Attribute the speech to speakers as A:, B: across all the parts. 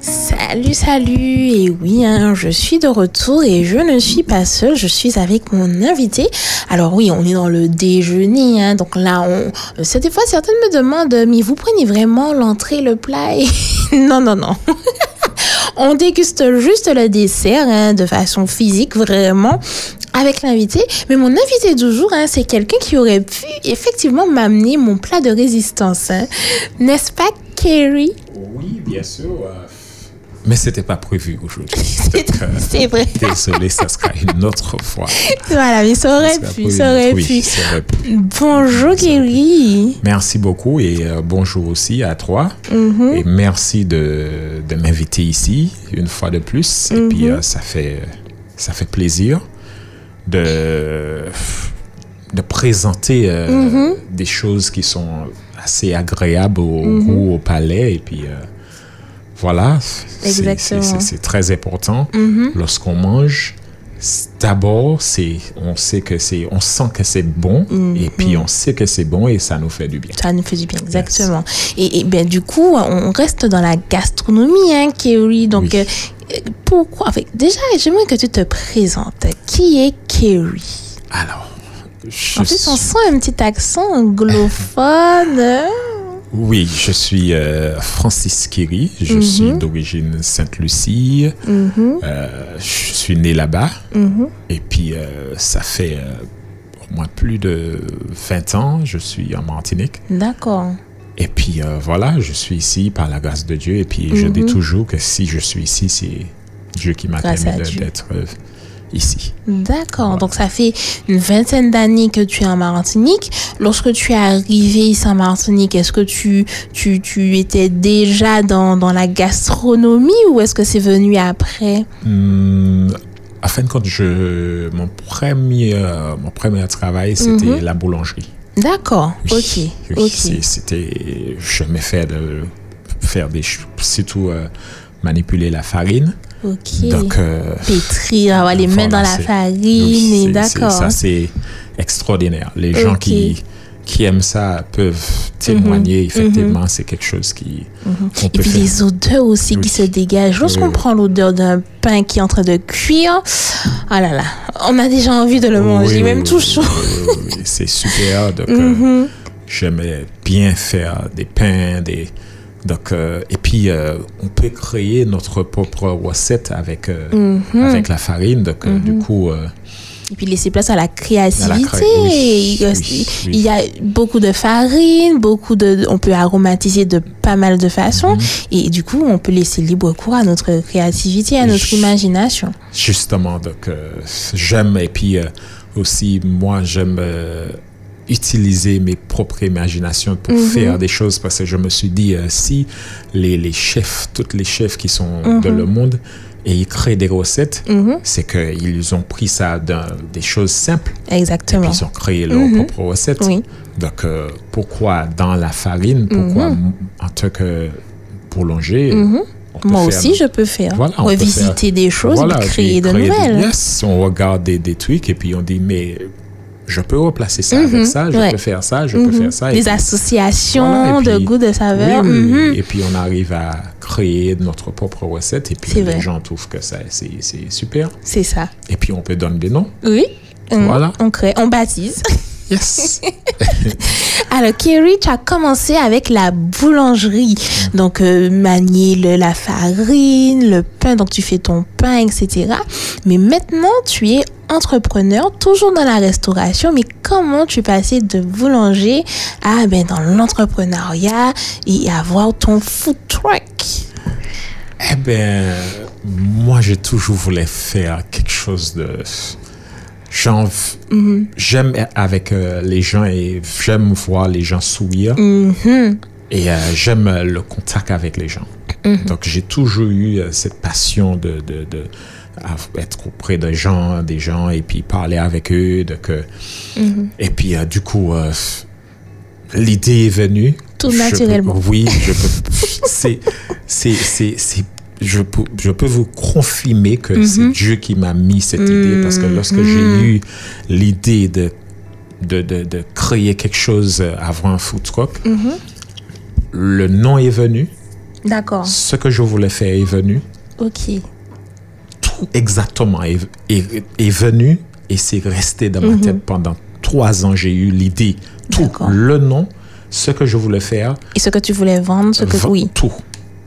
A: Salut, salut Et oui, hein, je suis de retour et je ne suis pas seule, je suis avec mon invité. Alors oui, on est dans le déjeuner, hein, donc là, on... c'est des fois, certaines me demandent, euh, mais vous prenez vraiment l'entrée, le plat et... Non, non, non On déguste juste le dessert hein, de façon physique, vraiment avec l'invité. Mais mon invité du jour, hein, c'est quelqu'un qui aurait pu effectivement m'amener mon plat de résistance. hein. N'est-ce pas, Kerry
B: Oui, bien sûr. euh, Mais c'était pas prévu aujourd'hui. Donc, euh,
A: C'est vrai.
B: Désolé, ça sera une autre fois.
A: Voilà, mais ça aurait
B: Ça sera
A: pu,
B: pour
A: ça
B: une-
A: aurait
B: oui,
A: pu.
B: ça aurait pu.
A: Bonjour, Kerry.
B: Merci beaucoup et euh, bonjour aussi à toi.
A: Mhm.
B: Et merci de, de m'inviter ici une fois de plus.
A: Mhm.
B: Et puis euh, ça fait ça fait plaisir de de présenter euh,
A: Mhm.
B: des choses qui sont assez agréables au
A: Mhm.
B: goût, au palais. Et puis euh, voilà, c'est- c'est-
A: Exactement.
B: c'est c'est très important lorsqu'on mange. c- D'abord, c'est on sait que c'est on sent que c'est bon et puis on sait que c'est bon et ça nous fait du bien.
A: Ça nous fait du bien, exactement. Et, et ben, du coup, on reste dans la gastronomie, hein, Kerry. Donc,
B: Oui.
A: euh, pourquoi enfin, Déjà, j'aimerais que tu te présentes. Qui est Kerry
B: Alors, je
A: En plus, on
B: suis-
A: sent un petit accent anglophone. hein.
B: oui, je suis euh, Francis Kiri, je suis d'origine Sainte-Lucie,
A: Mhm.
B: Euh, je suis né là-bas et puis euh, ça fait euh, au moins plus de 20 ans, je suis en Martinique.
A: D'accord.
B: Et puis euh, voilà, je suis ici par la grâce de Dieu. Et puis je dis toujours que si je suis ici, c'est Dieu qui m'a
A: Mhm. Grâce
B: permis
A: à
B: de-
A: Dieu.
B: d'être euh, ici.
A: D'accord. Donc, ça fait une vingtaine d'années que tu es en Martinique. Lorsque tu es arrivé ici en Martinique, est-ce que tu, tu, tu étais déjà dans, dans la gastronomie ou est-ce que c'est venu après
B: Hmm, à fin de compte, je, mon, premier, euh, mon premier travail, c'était la boulangerie.
A: D'accord.
B: Oui,
A: Mhm. Ok.
B: oui,
A: Ok.
B: c'est- C'était, je me fais de faire des, ch- surtout euh, manipuler la farine.
A: Ok.
B: Donc, euh,
A: Pétrir, avoir les mains
B: Voilà,
A: dans la
B: c'est-
A: farine. et
B: Donc, c'est- c'est-
A: D'accord.
B: Ça, c'est extraordinaire. Les gens
A: Ok. Mhm.
B: qui, qui aiment ça peuvent témoigner. Effectivement, c'est quelque chose qui qu'on
A: Et
B: peut
A: puis
B: faire.
A: les odeurs aussi qui
B: Oui.
A: se dégagent. Lorsqu'on
B: Oui.
A: prend l'odeur d'un pain qui est en train de cuire, ah là là, on a déjà envie de le manger,
B: Oui,
A: même Mhm.
B: oui,
A: tout
B: oui,
A: chaud.
B: oui, oui, oui, C'est super. Donc, euh, j'aimais bien faire des pains, des. Donc, euh, et puis, euh, on peut créer notre propre recette avec, euh,
A: Mhm.
B: avec la farine. Donc, euh, du coup, euh,
A: Et puis laisser place à la créativité.
B: oui,
A: il, reste-
B: oui, oui.
A: il y a beaucoup de farine, beaucoup de, on peut aromatiser de pas mal de
B: Mhm.
A: façons. Et du coup, on peut laisser libre cours à notre créativité, à notre
B: Je-
A: imagination.
B: Justement, donc euh, j'aime et puis euh, aussi moi j'aime euh, utiliser mes propres imaginations pour
A: Mhm.
B: faire des choses parce que je me suis dit euh, si les, les chefs, tous les chefs qui sont
A: Mhm.
B: dans le monde et ils créent des recettes, c'est qu'ils ont pris ça dans des choses simples,
A: Exactement.
B: ils ont créé leurs propres recettes.
A: Mhm. Oui. Mhm.
B: Donc euh, pourquoi dans la farine, pourquoi en tant que boulanger on peut
A: Mhm. Moi
B: faire-
A: aussi, je peux faire.
B: voilà, on peut
A: Revisiter
B: faire-
A: des choses,
B: Voilà,
A: puis
B: puis
A: créer de
B: des-
A: nouvelles.
B: yes, on regarde des, des trucs et puis on dit, mais je peux replacer ça avec ça, je
A: Mhm. ouais.
B: peux faire ça, je peux faire ça. et
A: Mhm. des
B: puis-
A: associations
B: Voilà, et
A: de
B: puis-
A: goûts, de
B: Oui,
A: saveurs.
B: oui, oui,
A: Mhm.
B: Et puis on arrive à créer notre propre recette et puis
A: C'est
B: les
A: vrai.
B: gens trouvent que ça, c'est c'est super.
A: C'est ça.
B: Et puis on peut donner des noms.
A: Oui. Mhm.
B: Voilà.
A: On crée, on baptise.
B: Yes.
A: Alors, Kerry, tu as commencé avec la boulangerie. Donc, euh, manier le- la farine, le pain, donc tu fais ton pain, etc. Mais maintenant, tu es entrepreneur, toujours dans la restauration. Mais comment tu es passé de boulanger à ben, dans l'entrepreneuriat et avoir ton food truck
B: eh bien, moi, j'ai toujours voulu faire quelque chose de. J'en-
A: Mhm.
B: J'aime être avec euh, les gens et j'aime voir les gens sourire.
A: Mhm.
B: Et euh, j'aime euh, le contact avec les gens.
A: Mhm.
B: Donc, j'ai toujours eu euh, cette passion de, de, de à- être auprès des gens, des gens et puis parler avec eux. Donc, euh,
A: Mhm.
B: Et puis, euh, du coup, euh, l'idée est venue.
A: Tout
B: Je peux-
A: naturellement.
B: oui, je peux. c'est, c'est, c'est, c'est- je, peux, je peux vous confirmer que
A: Mhm.
B: c'est Dieu qui m'a mis cette idée parce que lorsque j'ai eu l'idée de, de, de, de créer quelque chose euh, avant un food truck,
A: Mhm.
B: le nom est venu,
A: D'accord.
B: ce que je voulais faire est venu
A: Ok.
B: Tout exactement est, est- est venu et c'est resté dans ma tête pendant trois ans. J'ai eu l'idée, tout,
A: Mhm. D'accord.
B: le nom, ce que je voulais faire,
A: Et ce que tu voulais vendre, ce que.
B: va-
A: Oui.
B: tout.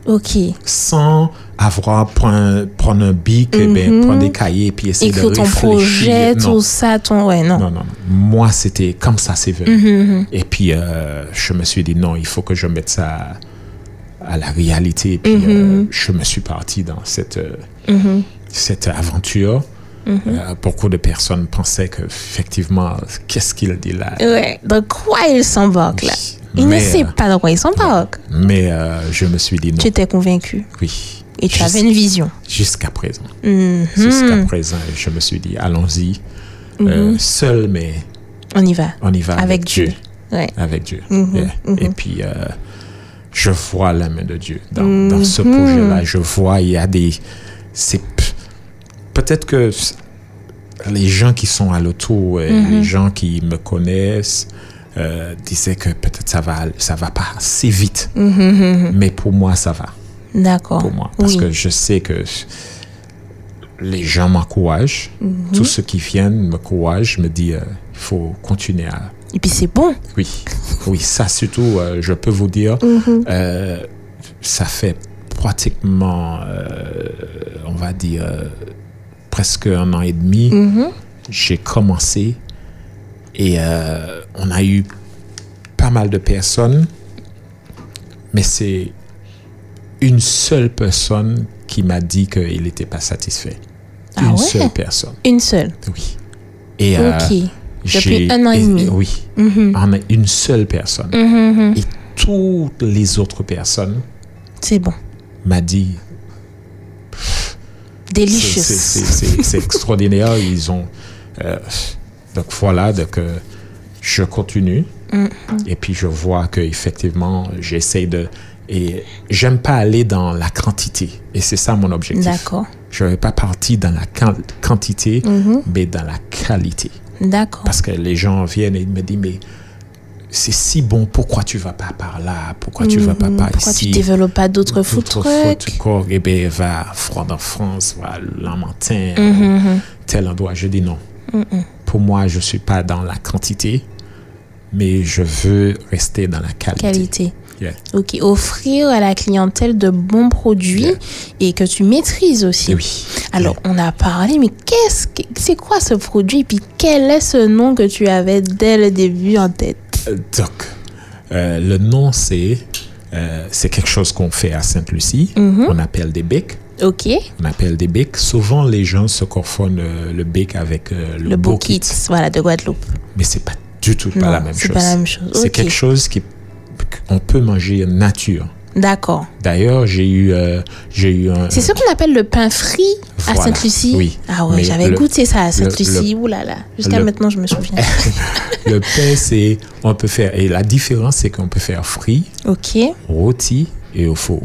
A: Ok.
B: Sans avoir à prendre, prendre un bic, eh ben, prendre des cahiers et puis essayer
A: Écris
B: de
A: Mhm. ton
B: réfléchir.
A: projet,
B: Non.
A: tout ça, ton. Ouais, non.
B: Non, non. Moi, c'était comme ça, c'est venu.
A: Mhm,
B: Et puis, euh, je me suis dit, non, il faut que je mette ça à la réalité. Et puis,
A: Mhm.
B: euh, je me suis parti dans cette, euh, cette aventure.
A: Mhm.
B: Euh, beaucoup de personnes pensaient que, effectivement, qu'est-ce qu'il dit là
A: Ouais. Dans quoi il s'embarque, là Il ne
B: Mais,
A: sait
B: euh,
A: pas dans quoi il s'embarque.
B: Mais euh, je me suis dit, non,
A: Tu étais convaincu.
B: oui.
A: Et tu
B: Jus-
A: avais une vision.
B: Jusqu'à présent.
A: Mhm.
B: Jusqu'à présent, je me suis dit, allons-y. Euh, seul, mais
A: On y va.
B: on y va avec,
A: Mhm. Avec Dieu. Mhm.
B: Dieu.
A: Ouais.
B: avec Dieu. Yeah. Et puis, euh, je vois la main de Dieu dans, dans ce
A: Mhm.
B: projet-là. Je vois, il y a des. C'est p- peut-être que s- les gens qui sont à l'auto, euh,
A: Mhm.
B: les gens qui me connaissent, euh, disaient que peut-être ça va, ça va pas assez vite.
A: Mhm.
B: Mais pour moi, ça va.
A: D'accord.
B: Pour moi, parce
A: oui.
B: que je sais que les gens m'encouragent.
A: Mhm.
B: Tous ceux qui viennent m'encouragent, me disent euh, il faut continuer à
A: Et puis c'est bon.
B: oui, oui, ça surtout, euh, je peux vous dire,
A: Mhm.
B: euh, ça fait pratiquement, euh, on va dire, euh, presque un an et demi,
A: Mhm.
B: j'ai commencé et euh, on a eu pas mal de personnes, mais c'est une seule personne qui m'a dit qu'il n'était pas satisfait.
A: Ah
B: une
A: ouais?
B: seule personne,
A: Une seule.
B: oui. Et, euh,
A: ok. Depuis
B: j'ai-
A: un an et demi. Mm-hmm.
B: Oui. On a une seule personne. Et toutes les autres personnes
A: C'est bon.
B: m'ont dit c'est-
A: Delicious.
B: c'est- c'est c'est- c'est extraordinaire. Ils ont. euh, donc voilà, donc, euh, je continue.
A: Mm-hmm.
B: Et puis je vois qu'effectivement, j'essaie de. Et j'aime pas aller dans la quantité. Et c'est ça mon objectif.
A: D'accord.
B: Je ne vais pas partir dans la quan- quantité,
A: Mm-hmm.
B: mais dans la qualité.
A: D'accord.
B: Parce que les gens viennent et me disent, mais c'est si bon, pourquoi tu vas pas par là Pourquoi tu vas pas par
A: Mm-hmm. Mm, Pourquoi tu
B: ici
A: développes pas d'autres food
B: Votre
A: trucks
B: faute, corps, eh ben, va à Fronde en France, va à Lamantin,
A: Mm-hmm.
B: tel endroit. Je dis non. Pour moi, je suis pas dans la quantité, mais je veux rester dans la qualité.
A: Qualité.
B: Yeah.
A: Ok. Offrir à la clientèle de bons produits
B: Yeah.
A: et que tu maîtrises aussi.
B: Et oui.
A: Alors, on a parlé, mais qu'est-ce que c'est quoi ce produit Puis quel est ce nom que tu avais dès le début en tête
B: Euh, Donc, euh, le nom, c'est euh, c'est quelque chose qu'on fait à Sainte-Lucie.
A: Mm-hmm.
B: On appelle des becs.
A: Ok.
B: on appelle des becs. Souvent, les gens se confondent euh, le bec avec euh, le,
A: Le
B: beau
A: Beau Kits, voilà, de Guadeloupe.
B: mais c'est pas du tout pas
A: Non,
B: la même
A: c'est
B: chose.
A: pas la même chose.
B: C'est
A: Ok.
B: quelque chose qui qu'on peut manger nature.
A: D'accord.
B: D'ailleurs, j'ai eu euh, j'ai eu un
A: C'est ce qu'on appelle le pain frit à
B: Voilà,
A: Sainte-Lucie.
B: oui.
A: Ah ouais,
B: Mais
A: j'avais
B: le-
A: goûté ça à
B: le-
A: Sainte-Lucie. Ouh là là. Jusqu'à
B: le-
A: maintenant, je me souviens.
B: le pain c'est on peut faire et la différence c'est qu'on peut faire frit,
A: ok.
B: rôti et au four.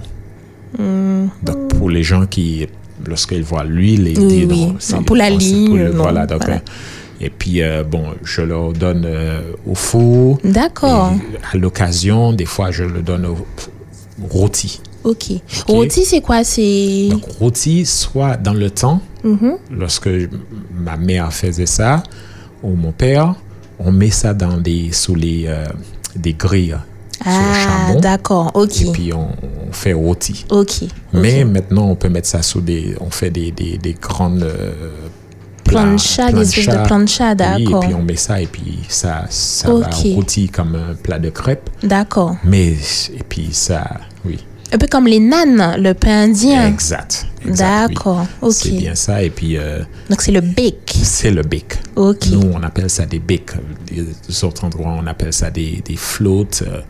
B: Donc pour les gens qui lorsqu'ils voient l'huile et
A: Mm. Oui,
B: disent
A: oui.
B: non, c'est-
A: Non, pour la
B: non, c'est
A: ligne, non,
B: voilà donc
A: voilà.
B: euh, et puis euh, bon je leur donne euh, au four.
A: D'accord.
B: Et à l'occasion, des fois, je le donne au rôti.
A: Ok. Rôti, c'est quoi C'est.
B: Donc, rôti, soit dans le temps,
A: Mm-hmm.
B: lorsque je- ma mère faisait ça, ou mon père, on met ça dans des, sous les, euh, des grilles, sur le
A: Ah,
B: charbon,
A: d'accord. Ok.
B: et puis on, on fait rôti.
A: Ok.
B: Mais maintenant, on peut mettre ça sous des... On fait des, des, des grandes... euh, plats-
A: Plancha, des espèces de
B: plancha.
A: plancha,
B: Oui, et
A: d'accord.
B: puis on met ça, et puis ça, ça va
A: Ok.
B: rôti comme un plat de crêpes.
A: D'accord.
B: Mais, et puis ça, oui.
A: Un peu comme les nanes, le pain indien.
B: Exact. exact, oui.
A: Ah. D'accord.
B: C'est
A: Ok.
B: bien ça. Et puis, euh,
A: Donc c'est le bec.
B: c'est le bec.
A: Ok.
B: Nous, on appelle ça des becs. Les autres endroits, on appelle ça des, des flottes. euh,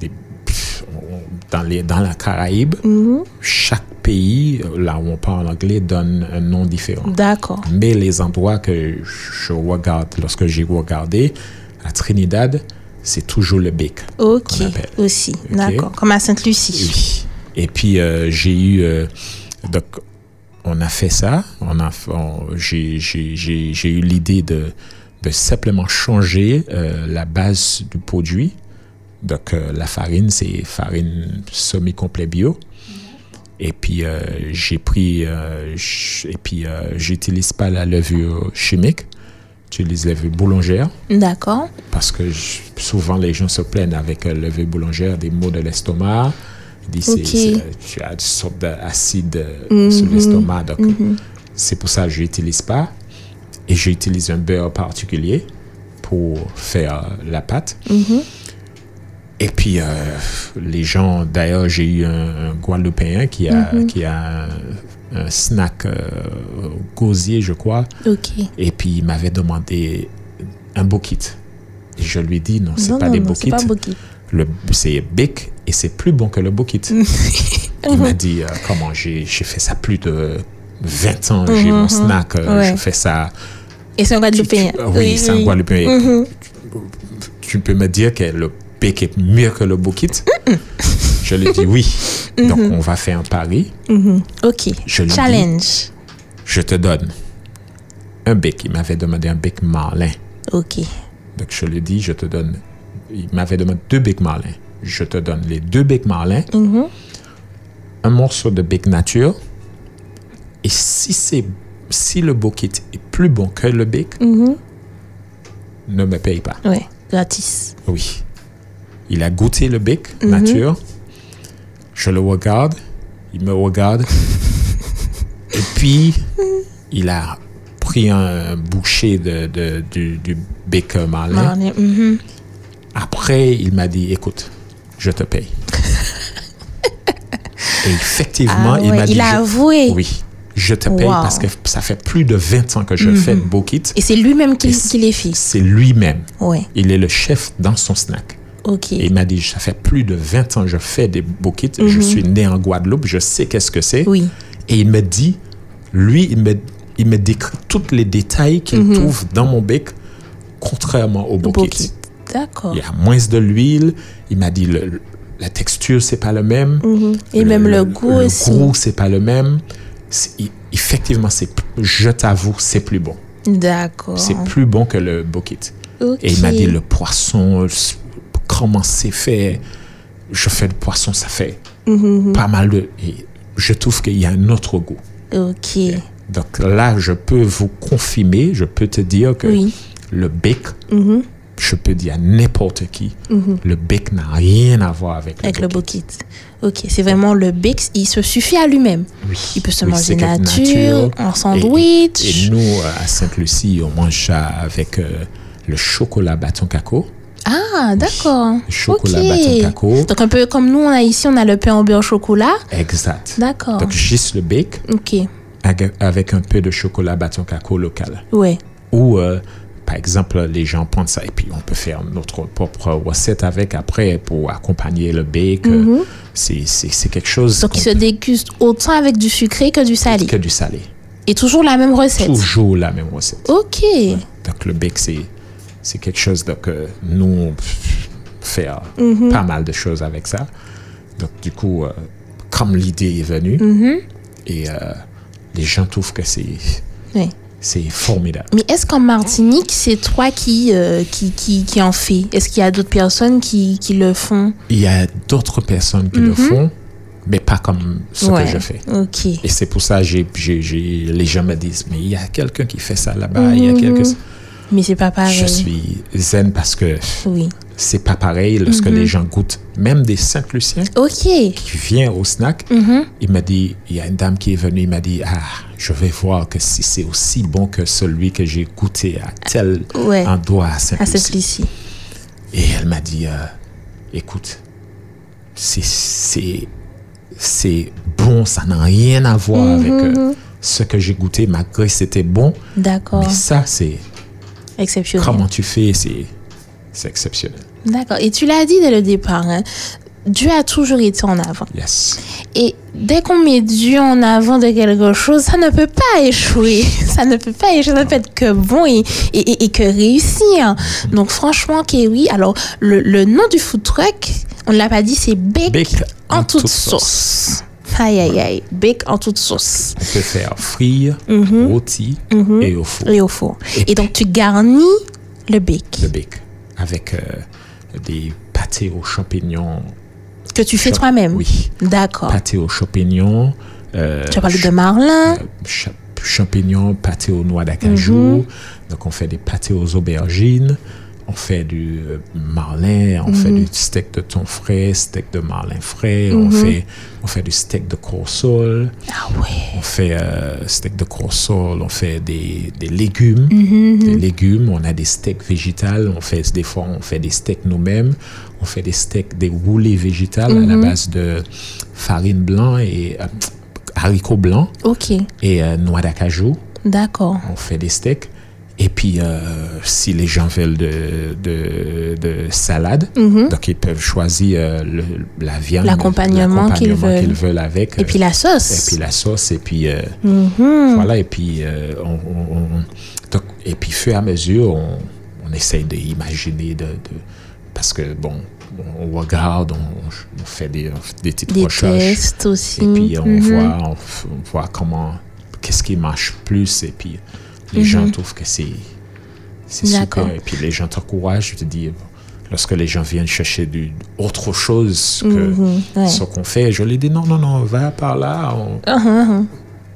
B: des- pff, on- dans, les, dans la Caraïbe,
A: Mhm.
B: chaque pays, euh, là où on parle anglais, donne un nom différent.
A: Mm. D'accord.
B: Mais les endroits que je regarde, lorsque j'ai regardé, à Trinidad, c'est toujours le bec.
A: Ok.
B: qu'on appelle.
A: Aussi. D'accord. Comme à Sainte-Lucie.
B: Oui. Et puis euh, j'ai eu euh, donc on a fait ça, on a on- j'ai j'ai- j'ai- j'ai eu l'idée de de simplement changer euh, la base du produit. Donc euh, la farine c'est farine semi complet bio Et puis, euh, j'ai pris. euh, j- et puis, euh, j'utilise pas la levure chimique. J'utilise la levure boulangère.
A: D'accord.
B: Parce que j- souvent, les gens se plaignent avec la levure boulangère des maux de l'estomac. Ils disent c'est-
A: Ok.
B: c'est, euh, tu as une sorte d'acide euh, sur l'estomac. Donc, c'est pour ça que je n'utilise pas. Et j'utilise un beurre particulier pour faire euh, la pâte. Et puis, euh, les gens, d'ailleurs, j'ai eu un, un Guadeloupéen qui a, qui a un, un snack euh, gosier, je crois.
A: Ok.
B: Et puis, il m'avait demandé un bouquet. Et je lui ai dit, non, c'est
A: non,
B: pas
A: non,
B: des
A: non, c'est
B: bouquets.
A: pas Bokit.
B: Le- C'est bic et c'est plus bon que le bouquet. il m'a dit, euh, comment, j'ai j'ai fait ça plus de 20 ans, j'ai mon snack, euh,
A: Mhm. Ouais.
B: je fais ça.
A: Et c'est un Guadeloupéen.
B: Tu- tu- oui, c'est un Guadeloupéen.
A: Mhm.
B: Tu peux me dire que le bec est mieux que le bouquet Je lui dis oui.
A: Mhm.
B: Donc, on va faire un pari.
A: Ok.
B: Je lui dis-
A: Challenge.
B: Je te donne un bec. Il m'avait demandé un bec marlin.
A: Ok.
B: Donc, je lui dis, je te donne. Il m'avait demandé deux becs marlins. Je te donne les deux becs marlins, un morceau de bec nature. Et si, c'est- si le bouquet est plus bon que le bec, ne me paye pas.
A: Ouais. Gratis.
B: Oui. Il a goûté le bec, nature. Je le regarde. Il me regarde. Et puis, il a pris un bouchée de, de- du, du bec marlin.
A: Marley, mhm.
B: Après, il m'a dit, écoute, je te paye. Et effectivement,
A: Ah
B: il
A: ouais,
B: m'a dit...
A: il a
B: je-
A: avoué.
B: Oui, je te paye
A: Wow. Mhm.
B: parce que ça fait plus de 20 ans que je fais de Bokit.
A: Et c'est lui-même qui,
B: Et
A: qui les fait.
B: C'est lui-même.
A: Ouais.
B: Il est le chef dans son snack.
A: Ok.
B: Et il m'a dit, ça fait plus de 20 ans que je fais des Bokit. Je suis né en Guadeloupe, je sais qu'est-ce que c'est.
A: Mhm. Oui.
B: Et il me dit, lui, il me, il me décrit tous les détails qu'il
A: Mhm.
B: trouve dans mon bec, contrairement au Bokit.
A: Bokit. D'accord.
B: Il y a moins de l'huile. Il m'a dit le- le- la texture, c'est pas le même.
A: Mm-hmm. Et même le goût
B: le
A: aussi.
B: goût, c'est pas le même. C'est- i- effectivement, c'est, p- je t'avoue, c'est plus bon.
A: D'accord.
B: C'est plus bon que le bokit.
A: Ok.
B: Et il m'a dit le poisson, s- comment c'est fait. Je fais le poisson, ça fait
A: Mm-hmm.
B: pas mal de. et je trouve qu'il y a un autre goût.
A: Ok.
B: Donc là, je peux vous confirmer, je peux te dire que
A: Oui. Mm-hmm.
B: le bec, je peux dire à n'importe qui, le bec n'a rien à voir avec,
A: Avec le
B: bec.
A: Bokit. Ok. C'est vraiment le Bix. Il se suffit à lui-même. Il peut se
B: Oui,
A: manger
B: c'est quelque
A: nature,
B: nature.
A: en
B: Et,
A: sandwich.
B: et nous, euh, à Sainte-Lucie, on mange ça avec euh, le chocolat bâton cacao.
A: ah, d'accord.
B: Le chocolat
A: Ok.
B: bâton cacao.
A: Donc un peu comme nous, on a ici, on a le pain au beurre au chocolat.
B: Exact.
A: D'accord.
B: Donc, juste le bec
A: Ok.
B: ag- avec un peu de chocolat bâton cacao local.
A: Ouais.
B: Ou, euh, par exemple, les gens prennent ça et puis on peut faire notre propre recette avec après pour accompagner le bec. euh, c'est- C'est c'est quelque chose
A: Mhm. Donc il
B: qu'on-
A: se déguste autant avec du sucré que du salé.
B: que du salé.
A: Et toujours la même recette.
B: Toujours la même recette.
A: Ok.
B: Donc le bec, c'est, c'est quelque chose donc, que nous, on f- fait euh,
A: Mhm.
B: pas mal de choses avec ça. Donc du coup, euh, comme l'idée est venue,
A: Mhm.
B: et euh, les gens trouvent que c'est,
A: Ouais.
B: c'est formidable.
A: Mais est-ce qu'en Martinique, c'est toi qui, euh, qui, qui, qui en fais Est-ce qu'il y a d'autres personnes qui, qui le font
B: Il y a d'autres personnes qui le font, mais pas comme ce
A: Mhm. Ouais.
B: que je fais.
A: Ok.
B: Et c'est pour ça que j'ai, j'ai- j'ai- les gens me disent, mais il y a quelqu'un qui fait ça là-bas, il y
A: Mhm.
B: a quelqu'un...
A: Mais c'est pas pareil.
B: Je suis zen parce que
A: Oui.
B: c'est pas pareil lorsque
A: Mhm.
B: les gens goûtent, même des Saint-Luciens.
A: Ok.
B: qui vient au snack,
A: Mhm.
B: il m'a dit, il y a une dame qui est venue, il m'a dit, ah, je vais voir que si c'est aussi bon que celui que j'ai goûté à tel
A: Ouais.
B: endroit à
A: À
B: Saint-Lucie.
A: cette ici.
B: Et elle m'a dit, euh, écoute, c'est- c'est c'est bon, ça n'a rien à voir avec euh, ce que j'ai goûté, malgré c'était bon,
A: D'accord.
B: mais ça, c'est
A: Exceptionnel.
B: comment tu fais, c'est c'est exceptionnel.
A: D'accord. Et tu l'as dit dès le départ. hein, Dieu a toujours été en avant.
B: Yes.
A: Et dès qu'on met Dieu en avant de quelque chose, ça ne peut pas échouer. Ça ne peut pas échouer. Ça ne peut être que bon et, et, et- et que réussir. Donc, franchement, Kerry, alors, le, le nom du food truck, on ne l'a pas dit, c'est Bec,
B: Bec
A: en,
B: en
A: toute,
B: toute
A: sauce. Aïe, aïe, aïe. Bec en toute sauce.
B: On peut faire frire, rôti et au four.
A: Et au four. Et donc, tu garnis le bec.
B: de bec avec euh, des pâtés aux champignons
A: que tu fais
B: Shop-
A: toi-même.
B: Oui.
A: D'accord.
B: Pâté aux champignons. euh,
A: Tu as parlé
B: ch-
A: de marlin.
B: euh, cha- champignons, pâté aux noix d'acajou. Donc, on fait des pâtés aux aubergines. On fait du euh, marlin, on fait du steak de thon frais, steak de marlin frais, on, fait, on fait du steak de courseul,
A: Ah ouais.
B: on fait euh, steak de courseul, on fait des, des légumes, des légumes, on a des steaks végétales, on fait des fois on fait des steaks nous-mêmes, on fait des steaks des roulés végétales à la base de farine blanc et euh, haricots blancs
A: Ok.
B: et euh, noix d'acajou,
A: D'accord.
B: on fait des steaks. Et puis, euh, si les gens veulent de, de, de salade,
A: Mhm.
B: donc ils peuvent choisir euh, le- la viande,
A: L'accompagnement qu'ils
B: l'accompagnement
A: veulent.
B: avec. euh,
A: Et puis la Mhm. sauce.
B: Et puis la sauce, et puis euh, voilà, et puis euh, on, on- on- donc, et puis fur et à mesure, on, on essaye d'imaginer de, de- parce que bon, on on regarde, on, on fait des, on fait des petites
A: des
B: recherches,
A: tests aussi.
B: et puis on
A: Mhm.
B: voit, on, f- on voit comment, qu'est-ce qui marche plus, et puis les gens trouvent que c'est c'est super,
A: Mm-hmm. D'accord.
B: et puis les gens t'encouragent, je te dis. bon, Lorsque les gens viennent chercher du, autre chose que
A: Mhm, ouais.
B: ce qu'on fait, je leur dis non, non, non, va par là, on-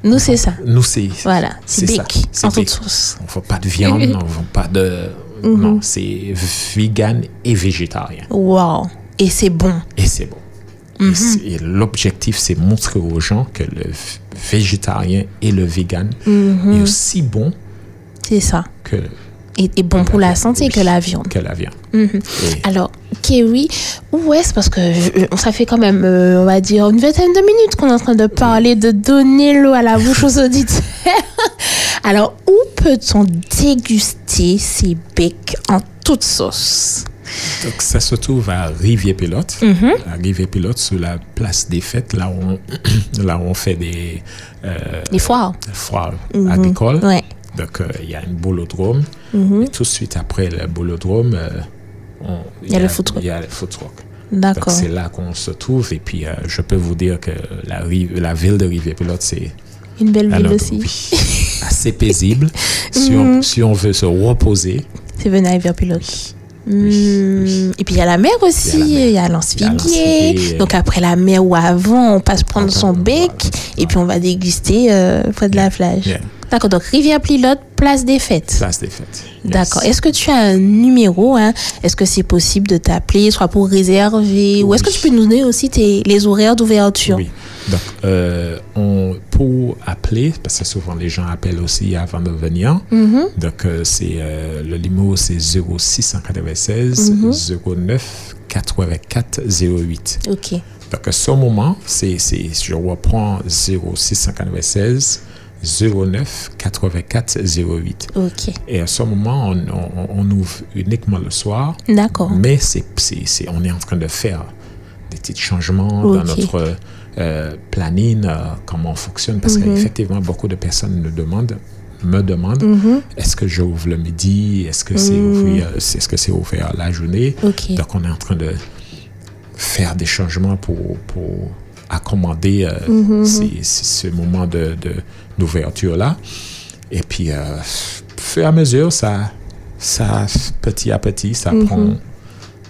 A: Nous, c'est ça.
B: nous, c'est.
A: Voilà.
B: C'est
A: C'est
B: ça.
A: bec,
B: C'est
A: en toute
B: bec.
A: sauce.
B: On ne vend pas de viande, on ne vend pas de.
A: Mm-hmm.
B: Non, c'est vegan et végétarien.
A: Wow. Et c'est bon.
B: Et c'est bon. Et
A: Mhm.
B: c'est- Et l'objectif, c'est montrer aux gens que le v- végétarien et le vegan
A: Mhm.
B: est aussi bon
A: C'est ça.
B: que,
A: Et, et bon pour la santé
B: oui,
A: que la viande.
B: que la viande. Et-
A: Alors, Kerry, où est-ce Parce que je- je- ça fait quand même, euh, on va dire, une vingtaine de minutes qu'on est en train de parler, de donner l'eau à la bouche aux auditeurs. Alors, où peut-on déguster ces becs en toute sauce
B: Donc, ça se trouve à Rivière-Pilote.
A: Mhm.
B: À Rivière-Pilote, sur la place des fêtes, là où on, là où on fait des euh,
A: Les foires
B: foires agricoles.
A: Mhm. Ouais. Mhm.
B: Donc, euh, il y a un bolodrome. Et tout de suite après le bolodrome, euh, on-
A: Il y a le food truck.
B: Il y a le food truck. Donc,
A: D'accord.
B: c'est là qu'on se trouve. Et puis, euh, je peux vous dire que la, rive, la ville de Rivière-Pilote, c'est
A: Une belle
B: un
A: ville
B: endroit,
A: aussi.
B: oui, assez paisible. si,
A: Mhm.
B: on, si on veut se reposer,
A: C'est venu à Pilote. Hmm.
B: oui.
A: Et puis il y a la mer aussi,
B: Il y a la
A: il y a
B: mer. Il y a
A: l'anspidier.
B: l'Anspidier.
A: Donc après la mer ou avant, on passe prendre
B: On
A: son
B: peut-
A: bec
B: voilà.
A: et puis on va déguster euh, près de la plage.
B: Yeah.
A: D'accord, donc Rivière Pilote, place des fêtes.
B: place des fêtes. Yes.
A: D'accord. Est-ce que tu as un numéro hein? Est-ce que c'est possible de t'appeler, soit pour réserver Ou est-ce que
B: Oui.
A: tu peux nous donner aussi tes, les horaires d'ouverture
B: Oui. Donc, euh, on, pour appeler, parce que souvent les gens appellent aussi avant de venir.
A: Mhm.
B: Donc, euh, c'est euh, le limo, c'est 0696
A: Mhm.
B: 09 84 08.
A: Ok.
B: Donc, à ce moment, c'est, c'est, je reprends 0696 09 84 08.
A: Ok.
B: Et à ce moment, on, on- on ouvre uniquement le soir.
A: D'accord.
B: Mais c'est, c'est- c'est- on est en train de faire des petits changements dans
A: Ok.
B: notre euh, planning, euh, comment on fonctionne. Parce
A: Mhm.
B: qu'effectivement, beaucoup de personnes nous demandent, me demandent,
A: Mhm.
B: est-ce que j'ouvre le midi Est-ce que, c'est, ouvert, est-ce que c'est ouvert la journée
A: Ok.
B: Donc, on est en train de faire des changements pour, pour accommoder euh,
A: Mhm,
B: ces- ces- ce moment de, de- d'ouverture-là. Et puis, euh, fur et à mesure, ça, ça petit à petit, ça
A: Mhm.
B: prend...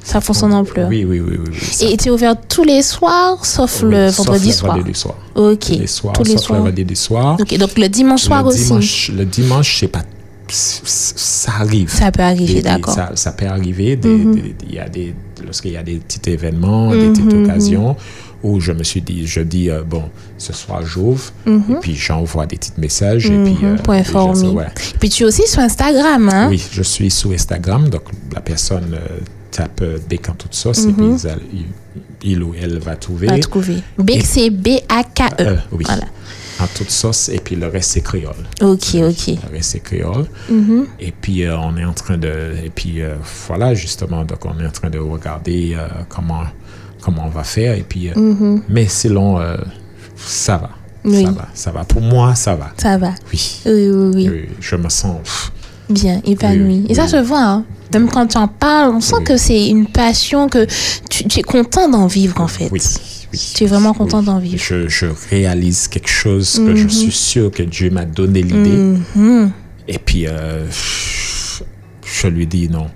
A: Ça prend son ampleur.
B: Oui, oui, oui. oui, oui, ça-
A: Et tu es ouvert tous les soirs, sauf
B: oui,
A: le
B: sauf
A: vendredi
B: le
A: soir.
B: vendredi soir.
A: Ok.
B: Tous les soirs,
A: Tous les
B: sauf le
A: soirs.
B: vendredi soir.
A: Ok, donc le dimanche soir
B: le,
A: aussi.
B: dimanche, le dimanche, c'est pas... Ça arrive.
A: Ça peut
B: Des-
A: arriver,
B: des-
A: d'accord. Mhm.
B: Ça, ça peut arriver. des- des- il y a des, lorsqu'il y a des petits événements, des petites
A: mhm.
B: occasions où je me suis dit, je dis, euh, bon, ce soir j'ouvre, et puis j'envoie des petits messages. et puis, euh,
A: Mhm. Pour
B: les gens se-
A: informer.
B: ouais.
A: Hmm, Puis tu es aussi sur Instagram, hein?
B: Oui, je suis sur Instagram, donc la personne euh, tape euh, Bec en toute sauce, et puis ils a- il, il ou elle va trouver.
A: À Mhm. trouver. Bec, c'est B-A-K-E.
B: Euh, oui.
A: E. Voilà.
B: En toute sauce, et puis le reste c'est créole.
A: Ok, ok. Mm-hmm.
B: Le reste c'est créole. Et puis, euh, on est en train de. Et puis, euh, voilà, justement, donc on est en train de regarder euh, comment, comment on va faire. Et puis, euh, mais c'est long, euh, ça va.
A: Mm-hmm. Oui.
B: Ça va, ça va. Pour moi, ça va.
A: Ça va.
B: Oui.
A: Oui, oui, oui.
B: Oui, je me sens. pff,
A: Bien, épanoui.
B: Oui, oui,
A: Et ça
B: oui.
A: se voit, hein? Même quand tu en parles, on sent
B: Oui.
A: que c'est une passion, que tu, tu es content d'en vivre, en fait.
B: oui, oui.
A: Tu es vraiment content d'en vivre. Mm-hmm.
B: Je, je réalise quelque chose que je suis sûr que Dieu m'a donné
A: Mhm, Mm.
B: Ah, l'idée. Et puis, euh, je lui dis non.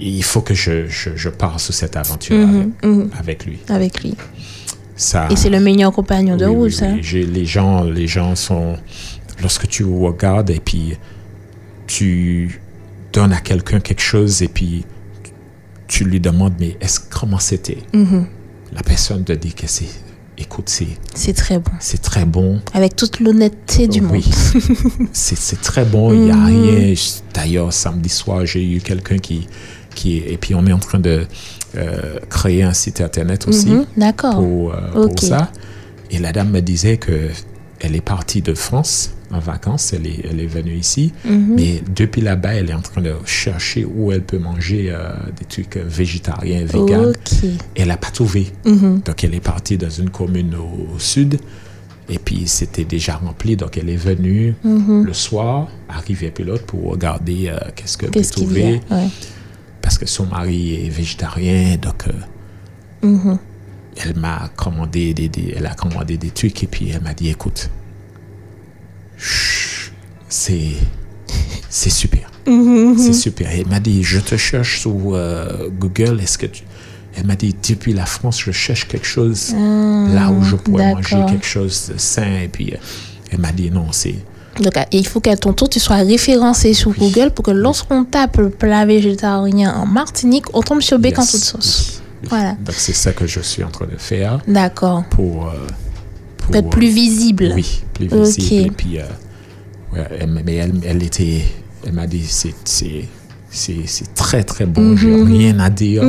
B: il faut que je, je, je pars sur cette aventure
A: Mhm,
B: avec,
A: mhm.
B: avec lui.
A: avec lui.
B: Ça,
A: Et c'est le meilleur compagnon de
B: Ah.
A: hein.
B: oui,
A: route,
B: oui,
A: ça.
B: oui. J'ai- Les gens, les gens sont. Lorsque tu regardes et puis tu donnes à quelqu'un quelque chose et puis tu lui demandes mais est-ce comment c'était
A: Mhm.
B: La personne te dit que c'est. Écoute, c'est
A: C'est très bon.
B: c'est très bon.
A: Avec toute l'honnêteté du monde. Mm.
B: Oui. c'est c'est très bon, il n'y a rien. D'ailleurs, samedi soir, j'ai eu quelqu'un qui, qui. Et puis, on est en train de euh, créer un site internet aussi
A: Mhm, D'accord.
B: pour, euh, pour
A: Ok.
B: ça. Et la dame me disait que elle est partie de France en vacances, elle est, elle est venue ici,
A: Mm-hmm.
B: mais depuis là-bas, elle est en train de chercher où elle peut manger euh, des trucs euh, végétariens, véganes.
A: Ok.
B: Elle n'a pas trouvé.
A: Mhm.
B: Donc, elle est partie dans une commune au, au sud. Et puis, c'était déjà rempli. Donc, elle est venue
A: Mm-hmm.
B: le soir, arrivée pilote pour regarder euh, qu'est-ce qu'elle peut
A: Qu'est-ce qu'il y a
B: trouver.
A: Ouais.
B: Parce que son mari est végétarien. Donc, euh,
A: Mm-hmm.
B: elle m'a commandé des, des- elle a commandé des trucs. Et puis, elle m'a dit, écoute, chut, c'est, c'est super.
A: Mm-hmm.
B: C'est super. Elle m'a dit, je te cherche sur euh, Google. Est-ce que tu... Elle m'a dit, depuis la France, je cherche quelque chose là où je pourrais manger
A: Ah, d'accord.
B: quelque chose de sain. Et puis, euh, elle m'a dit, non, c'est...
A: Donc, à- il faut qu'à ton tour, tu sois référencé sur Google pour que lorsqu'on tape le plat végétarien en Martinique, on tombe sur bec en
B: Yes.
A: toute sauce.
B: Oui.
A: Voilà.
B: Donc, c'est ça que je suis en train de faire
A: D'accord.
B: pour... euh, pour
A: Peut être
B: euh,
A: plus visible.
B: Oui, plus
A: Ok.
B: visible. Et puis, euh, ouais, elle, m'a- mais elle, elle était... Elle m'a dit, c'est... c'est c'est c'est très très bon, j'ai
A: Mhm.
B: rien à dire.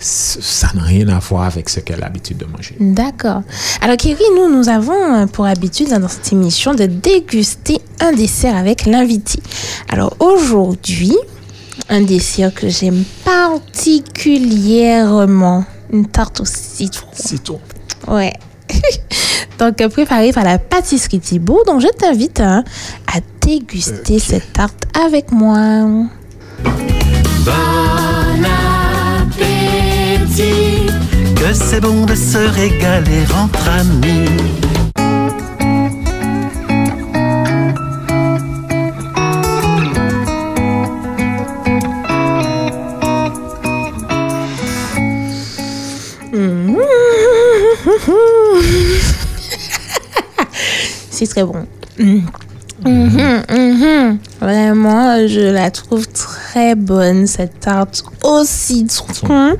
B: C- Ça n'a rien à voir avec ce qu'elle a l'habitude de manger.
A: D'accord. Alors, Kerry, nous, nous avons euh, pour habitude dans cette émission de déguster un dessert avec l'invité. Alors, aujourd'hui, un dessert que j'aime particulièrement, une tarte au citron.
B: C'est tout.
A: Ouais. Donc, euh, préparée par la pâtisserie Thibault. Donc, je t'invite hein, à déguster cette tarte avec moi.
C: que c'est bon de se régaler entre amis.
A: Mm. C'est très bon. Mhm, mhm. Vraiment, je la trouve très bonne, cette tarte au citron.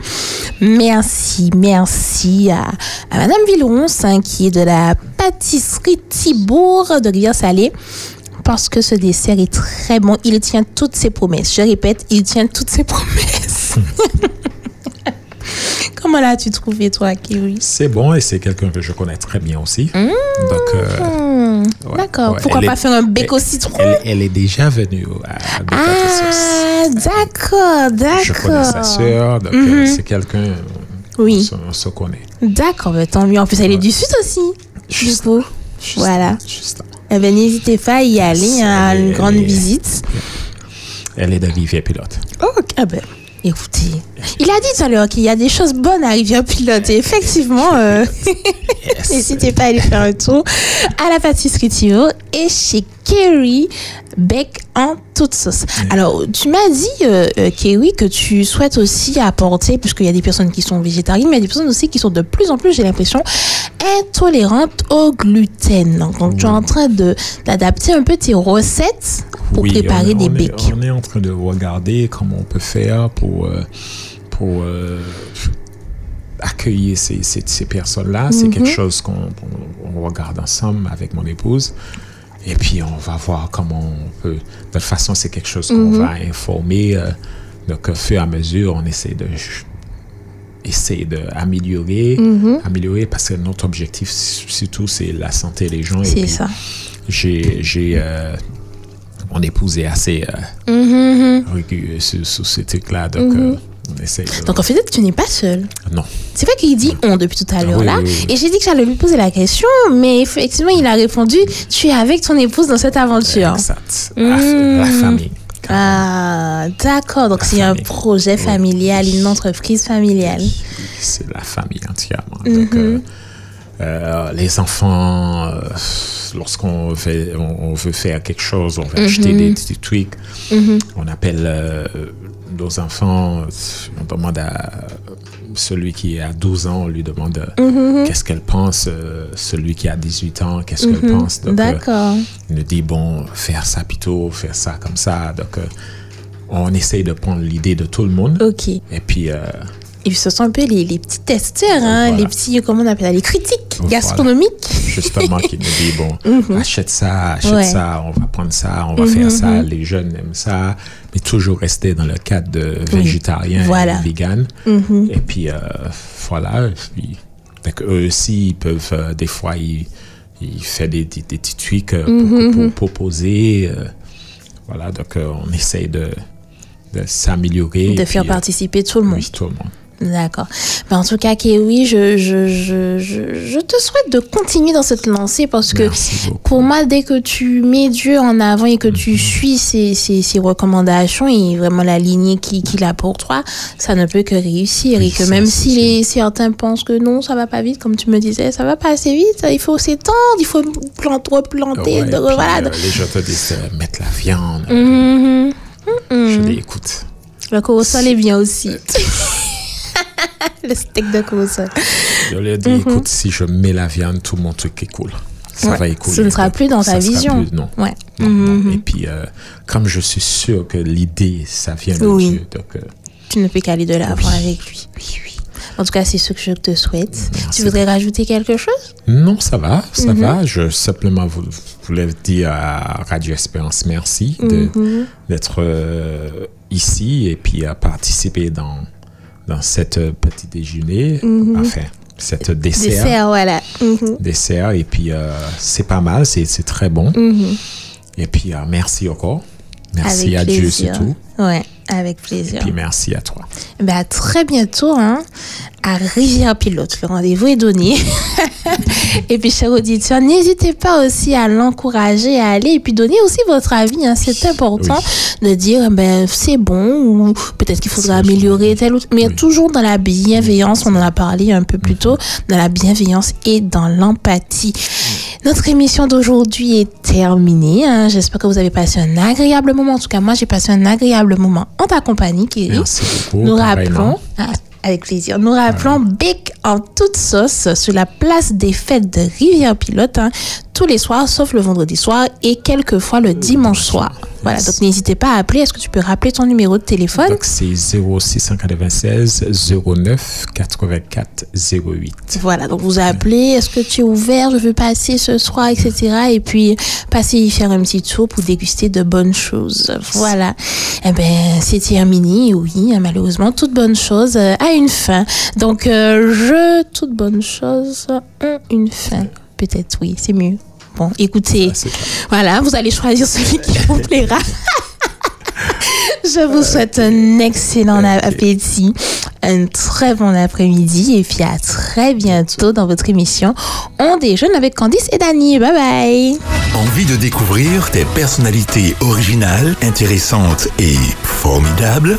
A: Merci, merci à, à Madame Villeron, hein, qui est de la pâtisserie Thibourg de Rivière-Salée. Parce que ce dessert est très bon. Il tient toutes ses promesses. Je répète, il tient toutes ses promesses. Comment l'as-tu trouvé, toi, Kiwi
B: C'est bon et c'est quelqu'un que je connais très bien aussi.
A: Mhm.
B: Donc, euh,
A: Hmm,
B: ouais,
A: D'accord.
B: ouais,
A: Pourquoi
B: elle
A: pas
B: est-
A: faire un bec au
B: elle-
A: citron
B: elle, elle est déjà venue à, à Bec à ta sauce.
A: Ah, d'accord,
B: Je connais sa
A: Ah, d'accord. Mhm.
B: sœur, donc euh, c'est quelqu'un. euh,
A: Oui.
B: On se, on se connaît.
A: D'accord, mais tant mieux. En plus, elle est du Sud aussi. Du
B: Juste-
A: coup.
B: Juste-
A: Voilà.
B: juste-
A: Eh bien, n'hésitez pas à y aller, hein, à
B: Elle
A: une
B: est-
A: grande
B: elle est-
A: visite.
B: Elle est de Rivière Pilote.
A: Ok, ah ben, écoutez. Il a dit tout à l'heure qu'il y a des choses bonnes à Rivière-Pilote. Et effectivement, euh, n'hésitez pas à aller faire un tour à la pâtisserie Thio et chez Kerry, bec en toute sauce. Alors, tu m'as dit, euh, euh, Kerry, que tu souhaites aussi apporter, puisqu'il y a des personnes qui sont végétariennes, mais il y a des personnes aussi qui sont de plus en plus, j'ai l'impression, intolérantes au gluten. Donc, tu es en train de- d'adapter un peu tes recettes pour
B: Oui,
A: préparer
B: on-
A: des
B: on est-
A: becs.
B: on est en train de regarder comment on peut faire pour, euh, pour euh, accueillir ces, ces- ces personnes-là. C'est quelque
A: Mhm.
B: chose qu'on on- on regarde ensemble avec mon épouse. Et puis, on va voir comment on peut. De toute façon, c'est quelque chose
A: Mhm.
B: qu'on va informer. euh, donc, au fur et à mesure, on essaie de ch- essayer d'améliorer,
A: Mhm.
B: améliorer parce que notre objectif s- surtout c'est la santé des gens. et
A: C'est
B: puis,
A: ça.
B: j'ai j'ai, euh, mon épouse est assez euh,
A: Mm-hmm.
B: rigu- sur, sur ces trucs-là donc euh, on essaie de-
A: Donc en fait, tu n'es pas seul.
B: non
A: C'est vrai qu'il dit on depuis tout à l'heure
B: oui,
A: là.
B: oui, oui.
A: Et j'ai dit que j'allais lui poser la question, mais effectivement, il a répondu tu es avec ton épouse dans cette aventure.
B: exact la, la famille quand même.
A: Mm-hmm. Ah, d'accord. Donc
B: La
A: c'est un
B: famille.
A: projet
B: Oui.
A: familial, une entreprise familiale.
B: c'est la famille entièrement donc euh, euh, les enfants euh, lorsqu'on fait, on, on veut faire quelque chose, on veut acheter
A: Mhm.
B: des, des tweaks,
A: Mhm.
B: on appelle euh, nos enfants, on demande à celui qui a 12 ans, on lui demande euh,
A: Mhm.
B: qu'est-ce qu'elle pense, euh, celui qui a 18 ans, qu'est-ce qu'elle
A: Mhm.
B: pense. Donc, euh,
A: D'accord.
B: il nous dit, bon, faire ça plutôt, faire ça comme ça. Donc, euh, on essaye de prendre l'idée de tout le monde.
A: Ok.
B: Et puis, euh,
A: Ils se sont un peu les, les petits testeurs, hein,
B: Voilà.
A: les petits, comment on appelle ça, les critiques
B: Voilà.
A: gastronomiques.
B: justement, qui nous dit, bon, achète ça, achète
A: Mhm. Ouais. Mhm.
B: ça, on va prendre ça, on va faire ça, les jeunes aiment ça, mais toujours rester dans le cadre de végétarien
A: Voilà. Mhm.
B: et vegan. Et puis, euh, voilà. et puis- donc, eux aussi, ils peuvent, euh, des fois, ils, ils font des, des, des petits tweaks euh, pour,
A: Mhm.
B: pour proposer. euh, voilà, donc euh, on essaye de, de s'améliorer. et
A: De faire
B: puis, euh,
A: participer tout le monde.
B: Oui, tout le monde.
A: D'accord. Ben, en tout cas, Kéoui, je, je, je, je, je te souhaite de continuer dans cette lancée parce que
B: Merci beaucoup. Mhm.
A: pour moi, dès que tu mets Dieu en avant et que tu suis ses, ses, ses recommandations et vraiment la lignée qui- qu'il a pour toi, ça ne peut que réussir.
B: Oui,
A: et que
B: ça,
A: même
B: c'est
A: si
B: sûr.
A: les, certains pensent que non, ça va pas vite, comme tu me disais, ça va pas assez vite, il faut s'étendre, il faut plante- replanter,
B: Ouais,
A: de-
B: et puis,
A: voilà.
B: euh, les gens te disent euh, mettre la viande.
A: Mhm.
B: Je Euh. dis écoute,
A: Le corosol est bien aussi. le steak de corosol.
B: je leur dis écoute, si je mets la viande, tout mon truc écoule. Ça
A: Mhm. Ouais,
B: va écouler.
A: ce ne sera plus dans
B: Ça
A: ta
B: sera
A: vision. Mhm,
B: plus- non.
A: Ouais.
B: Non, non. Et puis, euh, comme je suis sûr que l'idée, ça vient de
A: Oui.
B: Dieu, donc euh,
A: Tu ne peux qu'aller de l'avant
B: Oui.
A: avec lui.
B: oui, oui.
A: En tout cas, c'est ce que je te souhaite.
B: Merci.
A: Tu voudrais rajouter quelque chose
B: Non, ça va, ça
A: Mhm.
B: va. Je simplement vou- voulais dire à Radio Espérance merci de-
A: Mhm.
B: d'être euh, ici et puis à participer dans, dans cette euh, petit déjeuner, enfin, cette dessert. dessert.
A: Mhm. Dessert, voilà. Mhm.
B: et puis euh, c'est pas mal, c'est c'est très bon.
A: Mhm.
B: Et puis euh, merci encore.
A: Avec
B: Merci à Dieu, c'est
A: plaisir.
B: tout.
A: Ouais, avec
B: Et
A: plaisir.
B: puis merci à toi.
A: Ben, à très bientôt hein, à Rivière Pilote. Le rendez-vous est donné. et puis, chers auditeurs, n'hésitez pas aussi à l'encourager à aller et puis donner aussi votre avis. hein. C'est important de dire ben, c'est bon ou peut-être qu'il faudra
B: C'est-
A: améliorer tel ou Mais
B: Oui.
A: toujours dans la bienveillance, on en a parlé un peu plus tôt, dans la bienveillance et dans l'empathie. Notre émission d'aujourd'hui est terminée. hein. J'espère que vous avez passé un agréable moment. En tout cas, moi, j'ai passé un agréable moment en ta compagnie, Kelly.
B: Merci beaucoup.
A: Nous
B: pareillement.
A: rappelons, Ah, avec plaisir, nous rappelons Bec en toute sauce sur la place des fêtes de Rivière-Pilote hein, tous les soirs, sauf le vendredi soir et quelquefois le dimanche soir. Voilà, donc n'hésitez pas à appeler. Est-ce que tu peux rappeler ton numéro de téléphone
B: Donc c'est 0696 09 84 08.
A: Voilà, donc vous appelez, est-ce que tu es ouvert, je veux passer ce soir, etc. Et puis, passer y faire un petit tour pour déguster de bonnes choses. Voilà. Eh ben, c'est terminé, et oui, hein, malheureusement, toute bonne chose euh, a une fin. Donc, euh, je, toute bonne chose ont une fin. Peut-être, oui, c'est mieux. Bon, écoutez,
B: Ah, c'est ça.
A: voilà, vous allez choisir celui qui vous plaira. Je vous souhaite un excellent appétit, un très bon après-midi et puis à très bientôt dans votre émission On déjeune avec Candice et Dany. Bye bye.
D: Envie de découvrir des personnalités originales, intéressantes et formidables